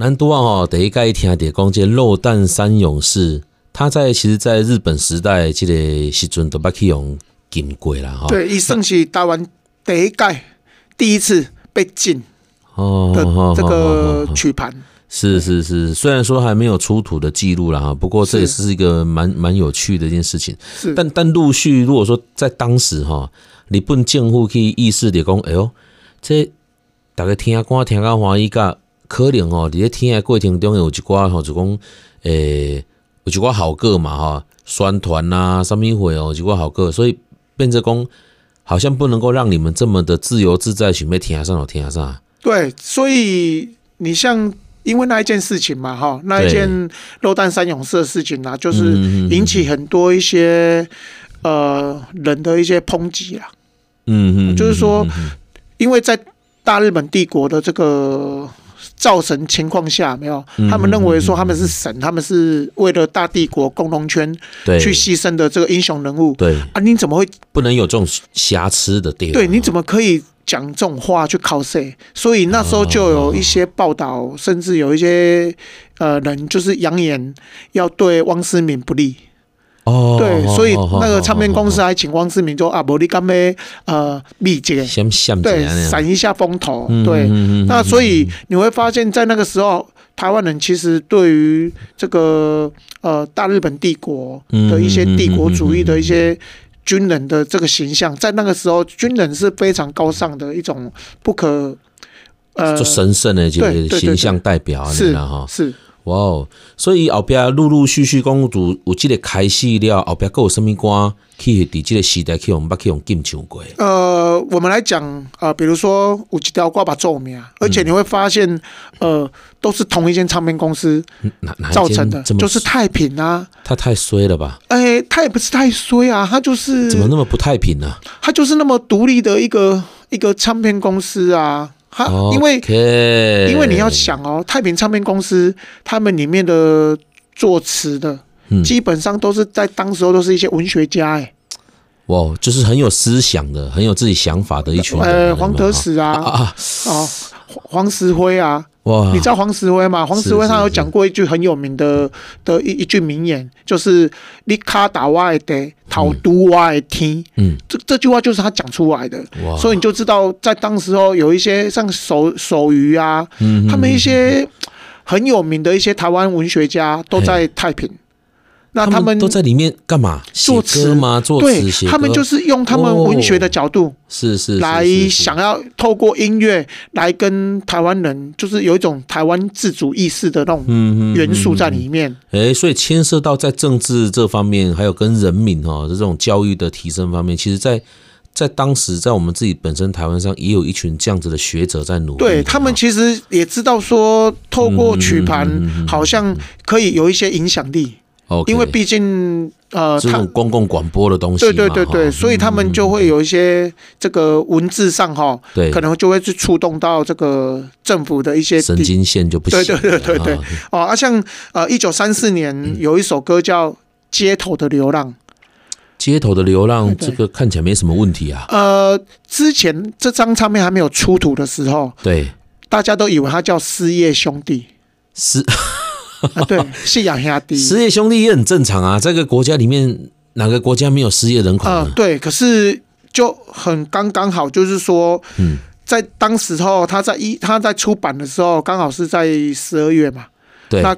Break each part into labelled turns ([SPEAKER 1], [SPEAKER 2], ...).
[SPEAKER 1] 南都啊吼，第一盖听的讲这肉蛋三勇士，他在其实，在日本时代这个时阵都捌去用禁过啦吼。
[SPEAKER 2] 对，伊算是台湾第一届第一次被禁
[SPEAKER 1] 哦
[SPEAKER 2] 的
[SPEAKER 1] 哦
[SPEAKER 2] 这
[SPEAKER 1] 哦哦
[SPEAKER 2] 个
[SPEAKER 1] 哦
[SPEAKER 2] 曲盘。
[SPEAKER 1] 是是是，虽然说还没有出土的记录啦哈，不过这也
[SPEAKER 2] 是
[SPEAKER 1] 是一个蛮蛮有趣的一件事情。
[SPEAKER 2] 是，
[SPEAKER 1] 但但陆续如果说在当时哈，日本政府去意识着讲，哎哟，这大家听歌听到欢喜甲，可能哦吼伫咧听的过程中有一寡吼就讲，诶、有一寡好歌嘛哈，宣传呐，啥物货哦，有一寡好歌，所以变成讲好像不能够让你们这么的自由自在，想要听啥就听啥，
[SPEAKER 2] 对，所以你像因为那一件事情嘛，哈，那一件肉蛋三勇士的事情啊，就
[SPEAKER 1] 嗯
[SPEAKER 2] 是
[SPEAKER 1] 嗯嗯嗯
[SPEAKER 2] 引起很多一些呃人的一些抨击啦。
[SPEAKER 1] 嗯嗯，
[SPEAKER 2] 就是说
[SPEAKER 1] 嗯嗯嗯
[SPEAKER 2] 因为在大日本帝国的这个造神情况下，没有
[SPEAKER 1] 嗯
[SPEAKER 2] 他们认为说他们是神，他们是为了大帝国共荣圈
[SPEAKER 1] 对
[SPEAKER 2] 去牺牲的这个英雄人物
[SPEAKER 1] 对，
[SPEAKER 2] 啊，你怎么会
[SPEAKER 1] 不能有这种瑕疵的地方。
[SPEAKER 2] 对？你怎么可以讲这种话去 cos？所以那时候就有一些报道，甚至有一些呃人就是扬言要对汪思敏不利。
[SPEAKER 1] 哦，
[SPEAKER 2] 对，所以那个唱片公司
[SPEAKER 1] 啊，
[SPEAKER 2] 还请汪思敏说啊，无你干咩呃秘籍，
[SPEAKER 1] 先想
[SPEAKER 2] 对，闪一下风头，
[SPEAKER 1] 嗯
[SPEAKER 2] 对。那所以你会发现在那个时候，台湾人其实对于这个呃大日本帝国的一些帝国主义的
[SPEAKER 1] 嗯
[SPEAKER 2] 一些军人的这个形象，在那个时候，军人是非常高尚的一种不可呃
[SPEAKER 1] 做神圣的这
[SPEAKER 2] 对对
[SPEAKER 1] 个
[SPEAKER 2] 对对
[SPEAKER 1] 形象代表啊，
[SPEAKER 2] 是
[SPEAKER 1] 啦哈，
[SPEAKER 2] 是
[SPEAKER 1] 哇哦，所以后壁陆陆续续讲有有这个开始了，后壁还有什么歌去伫这个时代去用捌去用禁唱过，
[SPEAKER 2] 呃，我们来讲呃，比如说五级条挂把咒名，而
[SPEAKER 1] 嗯
[SPEAKER 2] 且你会发现呃都是同一间唱片公司
[SPEAKER 1] 哪哪一
[SPEAKER 2] 造
[SPEAKER 1] 间
[SPEAKER 2] 成的，
[SPEAKER 1] 哎这么
[SPEAKER 2] 就是太平啊，
[SPEAKER 1] 他太衰了吧？
[SPEAKER 2] 哎，他也不是太衰啊，他就是
[SPEAKER 1] 怎么那么不太平啊呢？
[SPEAKER 2] 它就是那么独立的一个一个唱片公司啊。它因为
[SPEAKER 1] 哦 OK
[SPEAKER 2] 因为你要想哦，太平唱片公司他们里面的作词的，
[SPEAKER 1] 嗯
[SPEAKER 2] 基本上都是在当时候都是一些文学家哎、
[SPEAKER 1] 哇哦，就是很有思想的，很有自己想法的一群人
[SPEAKER 2] 呃，
[SPEAKER 1] 嘛
[SPEAKER 2] 黄德史啊，
[SPEAKER 1] 啊啊，
[SPEAKER 2] 哦，黄黄石辉啊，
[SPEAKER 1] 哇，
[SPEAKER 2] 你知道黄石辉吗？黄石辉
[SPEAKER 1] 啊是
[SPEAKER 2] 他有
[SPEAKER 1] 是
[SPEAKER 2] 讲过一句很有名的的一一句名言，就是“你卡打我的地，讨都我的天”
[SPEAKER 1] 嗯
[SPEAKER 2] 这这句话就是他讲出来的
[SPEAKER 1] 哇，
[SPEAKER 2] 所以你就知道，在当时候有一些像手手语啊，
[SPEAKER 1] 嗯
[SPEAKER 2] 他们一些很有名的一些台湾文学家都在太平，那
[SPEAKER 1] 他们都在里面干嘛？写歌
[SPEAKER 2] 作词
[SPEAKER 1] 吗？作词
[SPEAKER 2] 对
[SPEAKER 1] 写，歌，哦
[SPEAKER 2] 他们就是用他们文学的角度
[SPEAKER 1] 是是是
[SPEAKER 2] 来
[SPEAKER 1] 是是
[SPEAKER 2] 想要透过音乐来跟台湾人，就是有一种台湾自主意识的那种
[SPEAKER 1] 嗯嗯嗯
[SPEAKER 2] 元素在里面。
[SPEAKER 1] 诶，所以牵涉到在政治这方面，还有跟人民哈、这种教育的提升方面，其实在，在当时，在我们自己本身台湾上，也有一群这样子的学者在努力。
[SPEAKER 2] 对他们
[SPEAKER 1] 哦
[SPEAKER 2] 其实也知道说，透过曲盘
[SPEAKER 1] 嗯嗯嗯嗯嗯
[SPEAKER 2] 好像可以有一些影响力，
[SPEAKER 1] 哦，OK，
[SPEAKER 2] 因为毕竟呃，
[SPEAKER 1] 这
[SPEAKER 2] 他
[SPEAKER 1] 种公共广播的东西嘛，哦
[SPEAKER 2] 对对对对，
[SPEAKER 1] 哈嗯
[SPEAKER 2] 所以他们就会有一些这个文字上哈，
[SPEAKER 1] 对
[SPEAKER 2] 可能就会去触动到这个政府的一些
[SPEAKER 1] 神
[SPEAKER 2] 底
[SPEAKER 1] 经线就不行
[SPEAKER 2] 对
[SPEAKER 1] 了。
[SPEAKER 2] 对对对对
[SPEAKER 1] 啊
[SPEAKER 2] 哦啊，像呃，一九三四
[SPEAKER 1] 嗯
[SPEAKER 2] 年有一首歌叫《街头的流浪》，
[SPEAKER 1] 街头的流浪，这
[SPEAKER 2] 对对
[SPEAKER 1] 个看起来没什么问题啊。
[SPEAKER 2] 呃，之前这张唱片还没有出土的时候，
[SPEAKER 1] 对，
[SPEAKER 2] 大家都以为它叫《失业兄弟
[SPEAKER 1] 失》
[SPEAKER 2] 啊，对，信仰兄弟，
[SPEAKER 1] 失业兄弟也很正常啊，这个国家里面哪个国家没有失业人口
[SPEAKER 2] 啊、
[SPEAKER 1] 呢？
[SPEAKER 2] 对，可是就很刚刚好，就是说，
[SPEAKER 1] 嗯
[SPEAKER 2] 在当时候他在一他在出版的时候，刚好是在十二月嘛，
[SPEAKER 1] 对
[SPEAKER 2] 那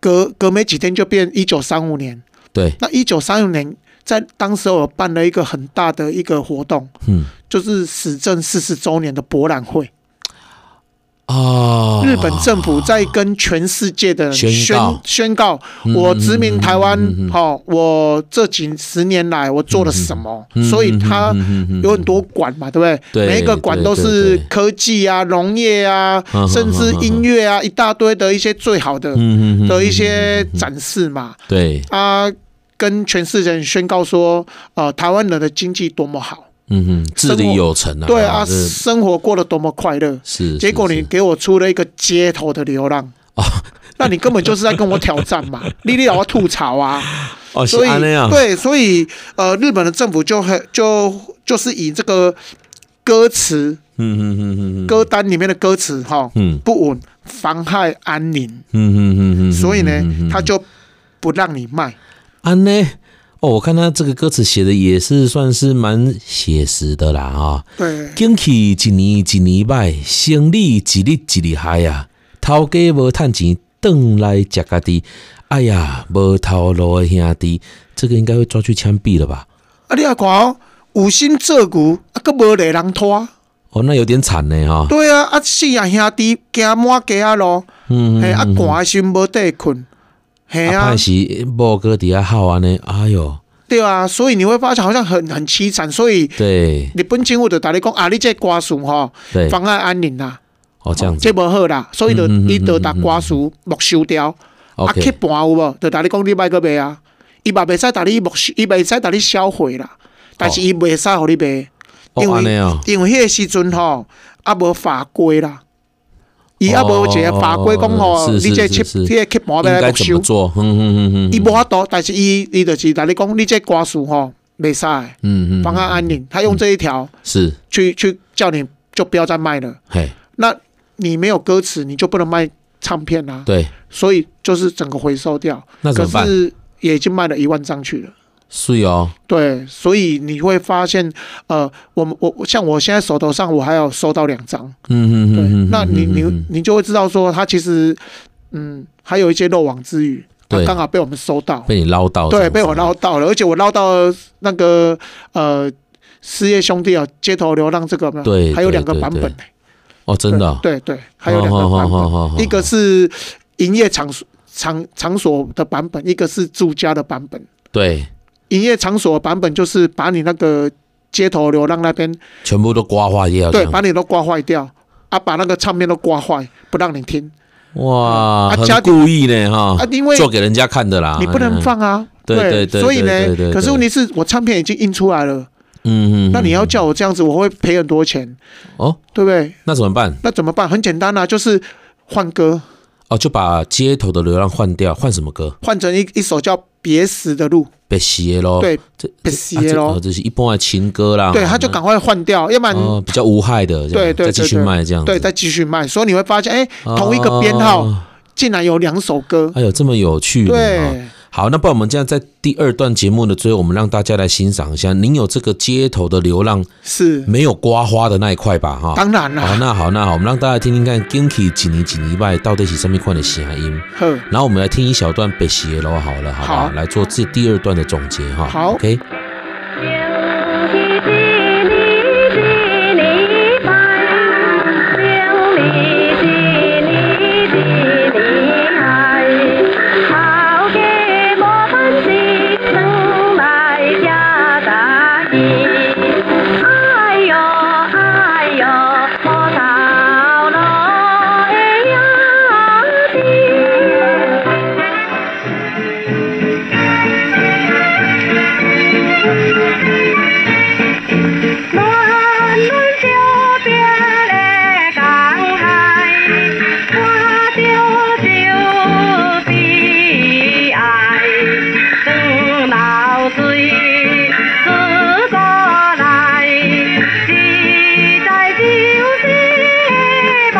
[SPEAKER 2] 隔隔没几天就变一九三五年，
[SPEAKER 1] 对，
[SPEAKER 2] 那一九三五年在当时候有办了一个很大的一个活动，
[SPEAKER 1] 嗯
[SPEAKER 2] 就是史政四十周年的博览会，
[SPEAKER 1] 啊，
[SPEAKER 2] 日本政府在跟全世界的人
[SPEAKER 1] 宣
[SPEAKER 2] 宣
[SPEAKER 1] 告
[SPEAKER 2] 宣告
[SPEAKER 1] 嗯，
[SPEAKER 2] 我殖民台湾
[SPEAKER 1] 嗯嗯嗯嗯，
[SPEAKER 2] 哦，我这几十年来我做了什么，
[SPEAKER 1] 嗯
[SPEAKER 2] 所以它有很多馆嘛，对不对？
[SPEAKER 1] 对
[SPEAKER 2] 每一个馆都
[SPEAKER 1] 对对
[SPEAKER 2] 是
[SPEAKER 1] 对
[SPEAKER 2] 科技啊、农业啊
[SPEAKER 1] 嗯，
[SPEAKER 2] 甚至音乐啊，一大堆的一些最好的
[SPEAKER 1] 嗯嗯嗯
[SPEAKER 2] 的一些展示嘛，
[SPEAKER 1] 对，
[SPEAKER 2] 啊，跟全世界人宣告说，呃，台湾人的经济多么好，
[SPEAKER 1] 嗯哼，治理有成啊，
[SPEAKER 2] 对啊，
[SPEAKER 1] 这是
[SPEAKER 2] 生活过得多么快乐，
[SPEAKER 1] 是，
[SPEAKER 2] 结果你
[SPEAKER 1] 是
[SPEAKER 2] 给我出了一个街头的流浪
[SPEAKER 1] 哦
[SPEAKER 2] 那你根本就是在跟我挑 战嘛，莉莉老要吐槽啊，
[SPEAKER 1] 哦，
[SPEAKER 2] 所
[SPEAKER 1] 所
[SPEAKER 2] 以
[SPEAKER 1] 以样，
[SPEAKER 2] 对，所以呃，日本的政府就很就就是以这个歌词
[SPEAKER 1] 嗯嗯嗯嗯
[SPEAKER 2] 歌单里面的歌词哈
[SPEAKER 1] 嗯
[SPEAKER 2] 不稳，妨害安宁，
[SPEAKER 1] 嗯嗯嗯，
[SPEAKER 2] 所以呢，他就不让你卖。
[SPEAKER 1] 安呢？哦，我看他这个歌词写的也是算是蛮写实的啦啊、
[SPEAKER 2] 对，
[SPEAKER 1] 景气一年一年歹，生理一日一日害啊！头家无趁钱，转来食家己。哎呀，无头路的兄弟，这个应该会抓去枪毙了吧？
[SPEAKER 2] 啊，你啊看哦，有心做牛，啊，佫无个人拖。啊
[SPEAKER 1] 哦，那有点惨呢哈。
[SPEAKER 2] 对啊，啊，四啊兄弟行满街啊路，
[SPEAKER 1] 嗯
[SPEAKER 2] 嘿，啊，寒的时无地困，嘿
[SPEAKER 1] 啊，
[SPEAKER 2] 啊
[SPEAKER 1] 派，是某哥底下好安呢。哎呦，
[SPEAKER 2] 对啊，所以你会发现好像很很凄惨，所以
[SPEAKER 1] 对
[SPEAKER 2] 日本政府就打你讲啊，你这歌词吼
[SPEAKER 1] 对，
[SPEAKER 2] 妨碍安宁啦，
[SPEAKER 1] 哦这样子
[SPEAKER 2] 这无好啦，所以就
[SPEAKER 1] 嗯嗯嗯
[SPEAKER 2] 你就
[SPEAKER 1] 嗯
[SPEAKER 2] 把
[SPEAKER 1] 嗯
[SPEAKER 2] 歌词没收掉，啊，去
[SPEAKER 1] ，OK，
[SPEAKER 2] 盘有无？就打你讲你卖个卖啊，伊嘛袂使打你没收，伊袂使打你销毁啦，但是伊袂使互你卖。因
[SPEAKER 1] 哦
[SPEAKER 2] 为
[SPEAKER 1] 安尼哦，
[SPEAKER 2] 因为迄个时阵吼，啊无法规啦，伊啊无一个法规讲
[SPEAKER 1] 哦
[SPEAKER 2] 吼，
[SPEAKER 1] 是是
[SPEAKER 2] 你这
[SPEAKER 1] 是
[SPEAKER 2] 吸
[SPEAKER 1] 是
[SPEAKER 2] 迄个吸盘要
[SPEAKER 1] 应
[SPEAKER 2] 来
[SPEAKER 1] 该
[SPEAKER 2] 没
[SPEAKER 1] 怎么
[SPEAKER 2] 收，
[SPEAKER 1] 做？嗯嗯嗯嗯，
[SPEAKER 2] 伊无法度，但是伊伊就是来你讲，你这歌词吼袂使的，
[SPEAKER 1] 嗯嗯
[SPEAKER 2] 妨碍安宁，他用这一条
[SPEAKER 1] 是
[SPEAKER 2] 去去叫你就不要再卖了。
[SPEAKER 1] 嘿，
[SPEAKER 2] 那你没有歌词，你就不能卖唱片啦、
[SPEAKER 1] 对，
[SPEAKER 2] 所以就是整个回收掉。
[SPEAKER 1] 那怎
[SPEAKER 2] 可
[SPEAKER 1] 么办？
[SPEAKER 2] 是也已经卖了一万张去了。
[SPEAKER 1] 是哦，
[SPEAKER 2] 对，所以你会发现，呃，我们我我像我现在手头上我还有收到两张，
[SPEAKER 1] 嗯嗯
[SPEAKER 2] 对，
[SPEAKER 1] 嗯嗯，
[SPEAKER 2] 那你
[SPEAKER 1] 嗯嗯
[SPEAKER 2] 你
[SPEAKER 1] 嗯
[SPEAKER 2] 你就会知道说，它其实嗯还有一些漏网之鱼，它
[SPEAKER 1] 对
[SPEAKER 2] 刚好被我们收到，
[SPEAKER 1] 被你捞到，
[SPEAKER 2] 对，被我捞到了，而且我捞到那个呃失业兄弟啊，街头流浪这个有没有
[SPEAKER 1] 对
[SPEAKER 2] 还有两个
[SPEAKER 1] 对对
[SPEAKER 2] 版本
[SPEAKER 1] 对
[SPEAKER 2] 呢，
[SPEAKER 1] 哦，真的哦、
[SPEAKER 2] 对对，还有两个版
[SPEAKER 1] 好好好好好
[SPEAKER 2] 本，一个是营业场所场场所的版本，一个是住家的版本。
[SPEAKER 1] 对，
[SPEAKER 2] 营业场所的版本就是把你那个街头流浪那边，
[SPEAKER 1] 全部都刮花掉，
[SPEAKER 2] 对，
[SPEAKER 1] 啊这样
[SPEAKER 2] 把你都刮坏掉，啊，把那个唱片都刮坏，不让你 听
[SPEAKER 1] 哇，
[SPEAKER 2] 啊家
[SPEAKER 1] 很
[SPEAKER 2] 里
[SPEAKER 1] 故意呢哈、
[SPEAKER 2] 啊，因为
[SPEAKER 1] 做给人家看的啦，哎
[SPEAKER 2] 你不能放啊，
[SPEAKER 1] 哦对对对对
[SPEAKER 2] 所以
[SPEAKER 1] 对对对
[SPEAKER 2] 呢，可是问题是我唱片已经印出来了，
[SPEAKER 1] 嗯，嗯嗯，
[SPEAKER 2] 那你要叫我这样子，我会赔很多钱，
[SPEAKER 1] 哦，
[SPEAKER 2] 对不对？
[SPEAKER 1] 那怎么办？
[SPEAKER 2] 那怎么办？很简单啊，就是换歌，
[SPEAKER 1] 哦，就把街头的流浪换掉，换什么歌？
[SPEAKER 2] 换成一一首叫《别死的路》，
[SPEAKER 1] 别歇咯，
[SPEAKER 2] 对，
[SPEAKER 1] 这，
[SPEAKER 2] 别
[SPEAKER 1] 啊
[SPEAKER 2] 死
[SPEAKER 1] 这
[SPEAKER 2] 咯
[SPEAKER 1] 哦，这是一般的情歌啦，
[SPEAKER 2] 对，
[SPEAKER 1] 哦
[SPEAKER 2] 他就赶快换掉，要不然
[SPEAKER 1] 哦，比较无害的，这样
[SPEAKER 2] 对对
[SPEAKER 1] 再继续
[SPEAKER 2] 对对
[SPEAKER 1] 卖这样子，
[SPEAKER 2] 对再继续卖。所以你会发现，哎，同一个编号
[SPEAKER 1] 哦，
[SPEAKER 2] 竟然有两首歌，
[SPEAKER 1] 哎呦，这么有趣呢，哦
[SPEAKER 2] 对。
[SPEAKER 1] 好，那不然我们这样在第二段节目的最后，我们让大家来欣赏一下，您有这个街头的流浪
[SPEAKER 2] 是，
[SPEAKER 1] 没有刮花的那一块吧？哈、
[SPEAKER 2] 当然
[SPEAKER 1] 好，
[SPEAKER 2] 啦，
[SPEAKER 1] 那好，那好，我们让大家听听看 Ginky 几年几年拜到底是什么款的声音，
[SPEAKER 2] 呵，
[SPEAKER 1] 然后我们来听一小段北西楼好了，好不好？
[SPEAKER 2] 好
[SPEAKER 1] 来做这第二段的总结哈。
[SPEAKER 2] 好
[SPEAKER 1] ，OK。哦
[SPEAKER 3] 情一字一字你拜，情一字一字你爱，好个无分是生来家大义，哎哟哎哟，无头路的兄弟。无论小兵的江海，我就就悲哀，长流水自古来，时代就是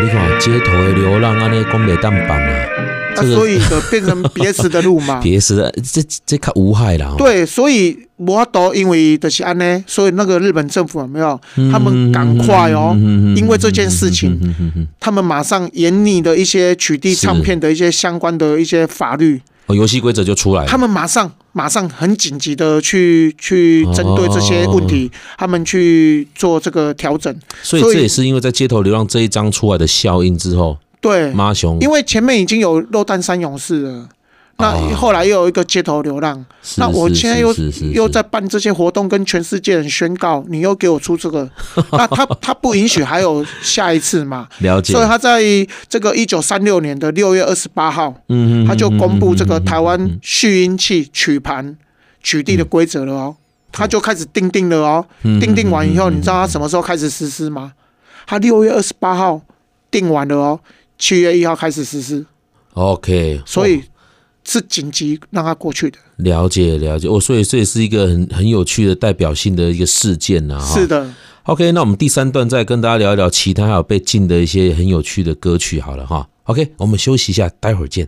[SPEAKER 3] 目屎。
[SPEAKER 1] 你看哦街头的流浪啊，那光美蛋板啊，
[SPEAKER 2] 啊，
[SPEAKER 1] 这
[SPEAKER 2] 所
[SPEAKER 1] 个
[SPEAKER 2] 以就变成别死的路嘛。
[SPEAKER 1] 别是这这较无害啦。哦，
[SPEAKER 2] 嗯对，所以无法度，因为就是安呢，所以那个日本政府有没有？他们赶快哦，因为这件事情，
[SPEAKER 1] 嗯嗯嗯，
[SPEAKER 2] 他们马上严厉的一些取缔唱片的一些相关的一些法律，
[SPEAKER 1] 哦，游戏规则就出来了。
[SPEAKER 2] 他们马上马上很紧急的去去针对这些问题，
[SPEAKER 1] 哦
[SPEAKER 2] 他们去做这个调整。
[SPEAKER 1] 所以
[SPEAKER 2] 所以
[SPEAKER 1] 这也是因为在街头流浪这一章出来的效应之后，
[SPEAKER 2] 对，
[SPEAKER 1] 妈熊
[SPEAKER 2] 嗯因为前面已经有肉蛋三勇士了，
[SPEAKER 1] 哦
[SPEAKER 2] 那后来又有一个街头流浪，
[SPEAKER 1] 是
[SPEAKER 2] 那我
[SPEAKER 1] 是
[SPEAKER 2] 现在
[SPEAKER 1] 是
[SPEAKER 2] 又
[SPEAKER 1] 是是
[SPEAKER 2] 又
[SPEAKER 1] 是
[SPEAKER 2] 在办这些活动，跟全世界人宣告，你又给我出 这个，那他他不允许还有下一次嘛？
[SPEAKER 1] 了解，
[SPEAKER 2] 所以他在这个一九三六年的六月二十八号，
[SPEAKER 1] 嗯
[SPEAKER 2] 他就公布这个台湾蓄音器取盘取缔的规则了
[SPEAKER 1] 嗯
[SPEAKER 2] 哦，他就开始定定了哦。定定完以后，你知道他什么时候开始实施吗？他六月二十八号定完了哦，七月一号开始实施，
[SPEAKER 1] OK，
[SPEAKER 2] 所以是紧急让它过去的。
[SPEAKER 1] 了解了解哦，所以这也是一个很很有趣的代表性的一个事件呐、啊。哈
[SPEAKER 2] 是。的，
[SPEAKER 1] OK，那我们第三段再跟大家聊一聊其他还有被禁的一些很有趣的歌曲好了哈。OK，我们休息一下，待会儿见。